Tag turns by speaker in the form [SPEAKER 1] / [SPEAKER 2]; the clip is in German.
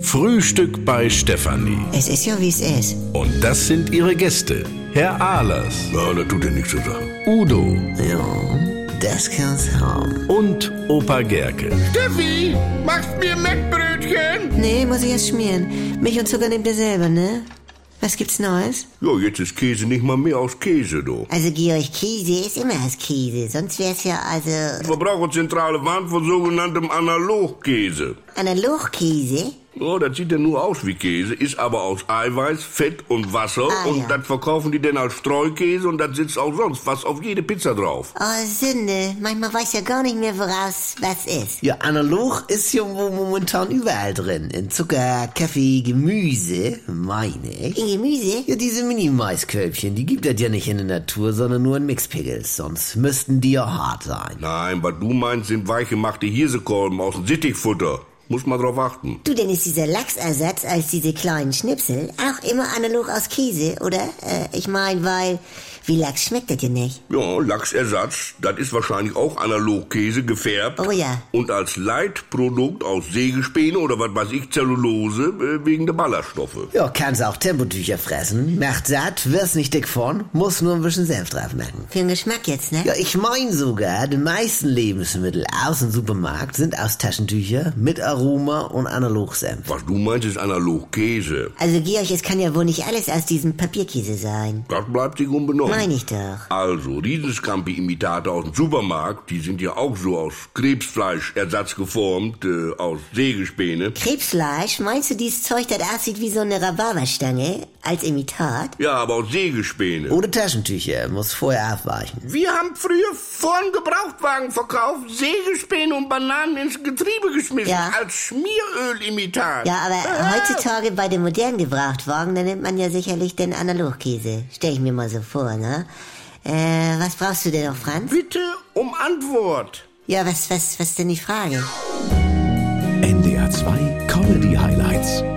[SPEAKER 1] Frühstück bei Stefanie.
[SPEAKER 2] Es ist ja, wie es ist.
[SPEAKER 1] Und das sind ihre Gäste. Herr Ahlers. Ja, da tut er nichts zu sagen. Udo
[SPEAKER 2] Ja, das kann's haben.
[SPEAKER 1] und Opa Gerke.
[SPEAKER 3] Steffi, machst mir Mettbrötchen?
[SPEAKER 2] Nee, muss ich jetzt schmieren. Milch und Zucker nehmt ihr selber, ne? Was gibt's Neues?
[SPEAKER 3] Ja, jetzt ist Käse nicht mal mehr aus Käse, du.
[SPEAKER 2] Also, Georg, Käse ist immer aus Käse. Sonst wär's ja also...
[SPEAKER 3] Verbraucherzentrale warnt von sogenanntem Analogkäse.
[SPEAKER 2] Analogkäse?
[SPEAKER 3] Oh, das sieht ja nur aus wie Käse, ist aber aus Eiweiß, Fett und Wasser.
[SPEAKER 2] Ah,
[SPEAKER 3] und
[SPEAKER 2] ja.
[SPEAKER 3] das verkaufen die denn als Streukäse und das sitzt auch sonst was auf jede Pizza drauf.
[SPEAKER 2] Oh, Sünde. Manchmal weiß ja gar nicht mehr, woraus was ist.
[SPEAKER 4] Ja, analog ist ja mo- momentan überall drin. In Zucker, Kaffee, Gemüse, meine ich.
[SPEAKER 2] In Gemüse?
[SPEAKER 4] Ja, diese Mini-Maiskörbchen, die gibt es ja nicht in der Natur, sondern nur in Mixpickles. Sonst müssten die ja hart sein.
[SPEAKER 3] Nein, was du meinst, sind weichgemachte Hirsekolben aus dem Sittichfutter. Muss man drauf achten.
[SPEAKER 2] Du, denn ist dieser Lachsersatz als diese kleinen Schnipsel auch immer analog aus Käse, oder? Äh, ich mein, weil... Wie Lachs schmeckt das ja nicht?
[SPEAKER 3] Ja, Lachsersatz, das ist wahrscheinlich auch Analogkäse gefärbt.
[SPEAKER 2] Oh ja.
[SPEAKER 3] Und als Leitprodukt aus Sägespäne oder was weiß ich, Zellulose, äh, wegen der Ballaststoffe.
[SPEAKER 4] Ja, kannst auch Tempotücher fressen, macht satt, wirst nicht dick vorn, muss nur ein bisschen Senf drauf machen.
[SPEAKER 2] Für den Geschmack jetzt, ne?
[SPEAKER 4] Ja, ich mein sogar, die meisten Lebensmittel aus dem Supermarkt sind aus Taschentücher mit Aroma und Analogsenf.
[SPEAKER 3] Was du meinst, ist Analogkäse.
[SPEAKER 2] Also, Georg, es kann ja wohl nicht alles aus diesem Papierkäse sein.
[SPEAKER 3] Das bleibt sich unbenommen.
[SPEAKER 2] Meine ich doch.
[SPEAKER 3] Also, Riesenscampi-Imitate aus dem Supermarkt, die sind ja auch so aus Krebsfleischersatz geformt, äh, aus Sägespäne.
[SPEAKER 2] Krebsfleisch, meinst du dieses Zeug, das aussieht wie so eine Rhabarberstange als Imitat?
[SPEAKER 3] Ja, aber aus Sägespäne.
[SPEAKER 4] Ohne Taschentücher, muss vorher aufweichen.
[SPEAKER 3] Wir haben früher vorn Gebrauchtwagen verkauft, Sägespäne und Bananen ins Getriebe geschmissen,
[SPEAKER 2] Ja.
[SPEAKER 3] als Schmierölimitat. Ah,
[SPEAKER 2] Ja, aber heutzutage bei den modernen Gebrauchtwagen, da nimmt man ja sicherlich den Analogkäse. Stell ich mir mal so vor, ne? Äh, was brauchst du denn noch, Franz?
[SPEAKER 3] Bitte um Antwort.
[SPEAKER 2] Ja, was, was, was ist denn die Frage?
[SPEAKER 5] NDR 2 Comedy Highlights.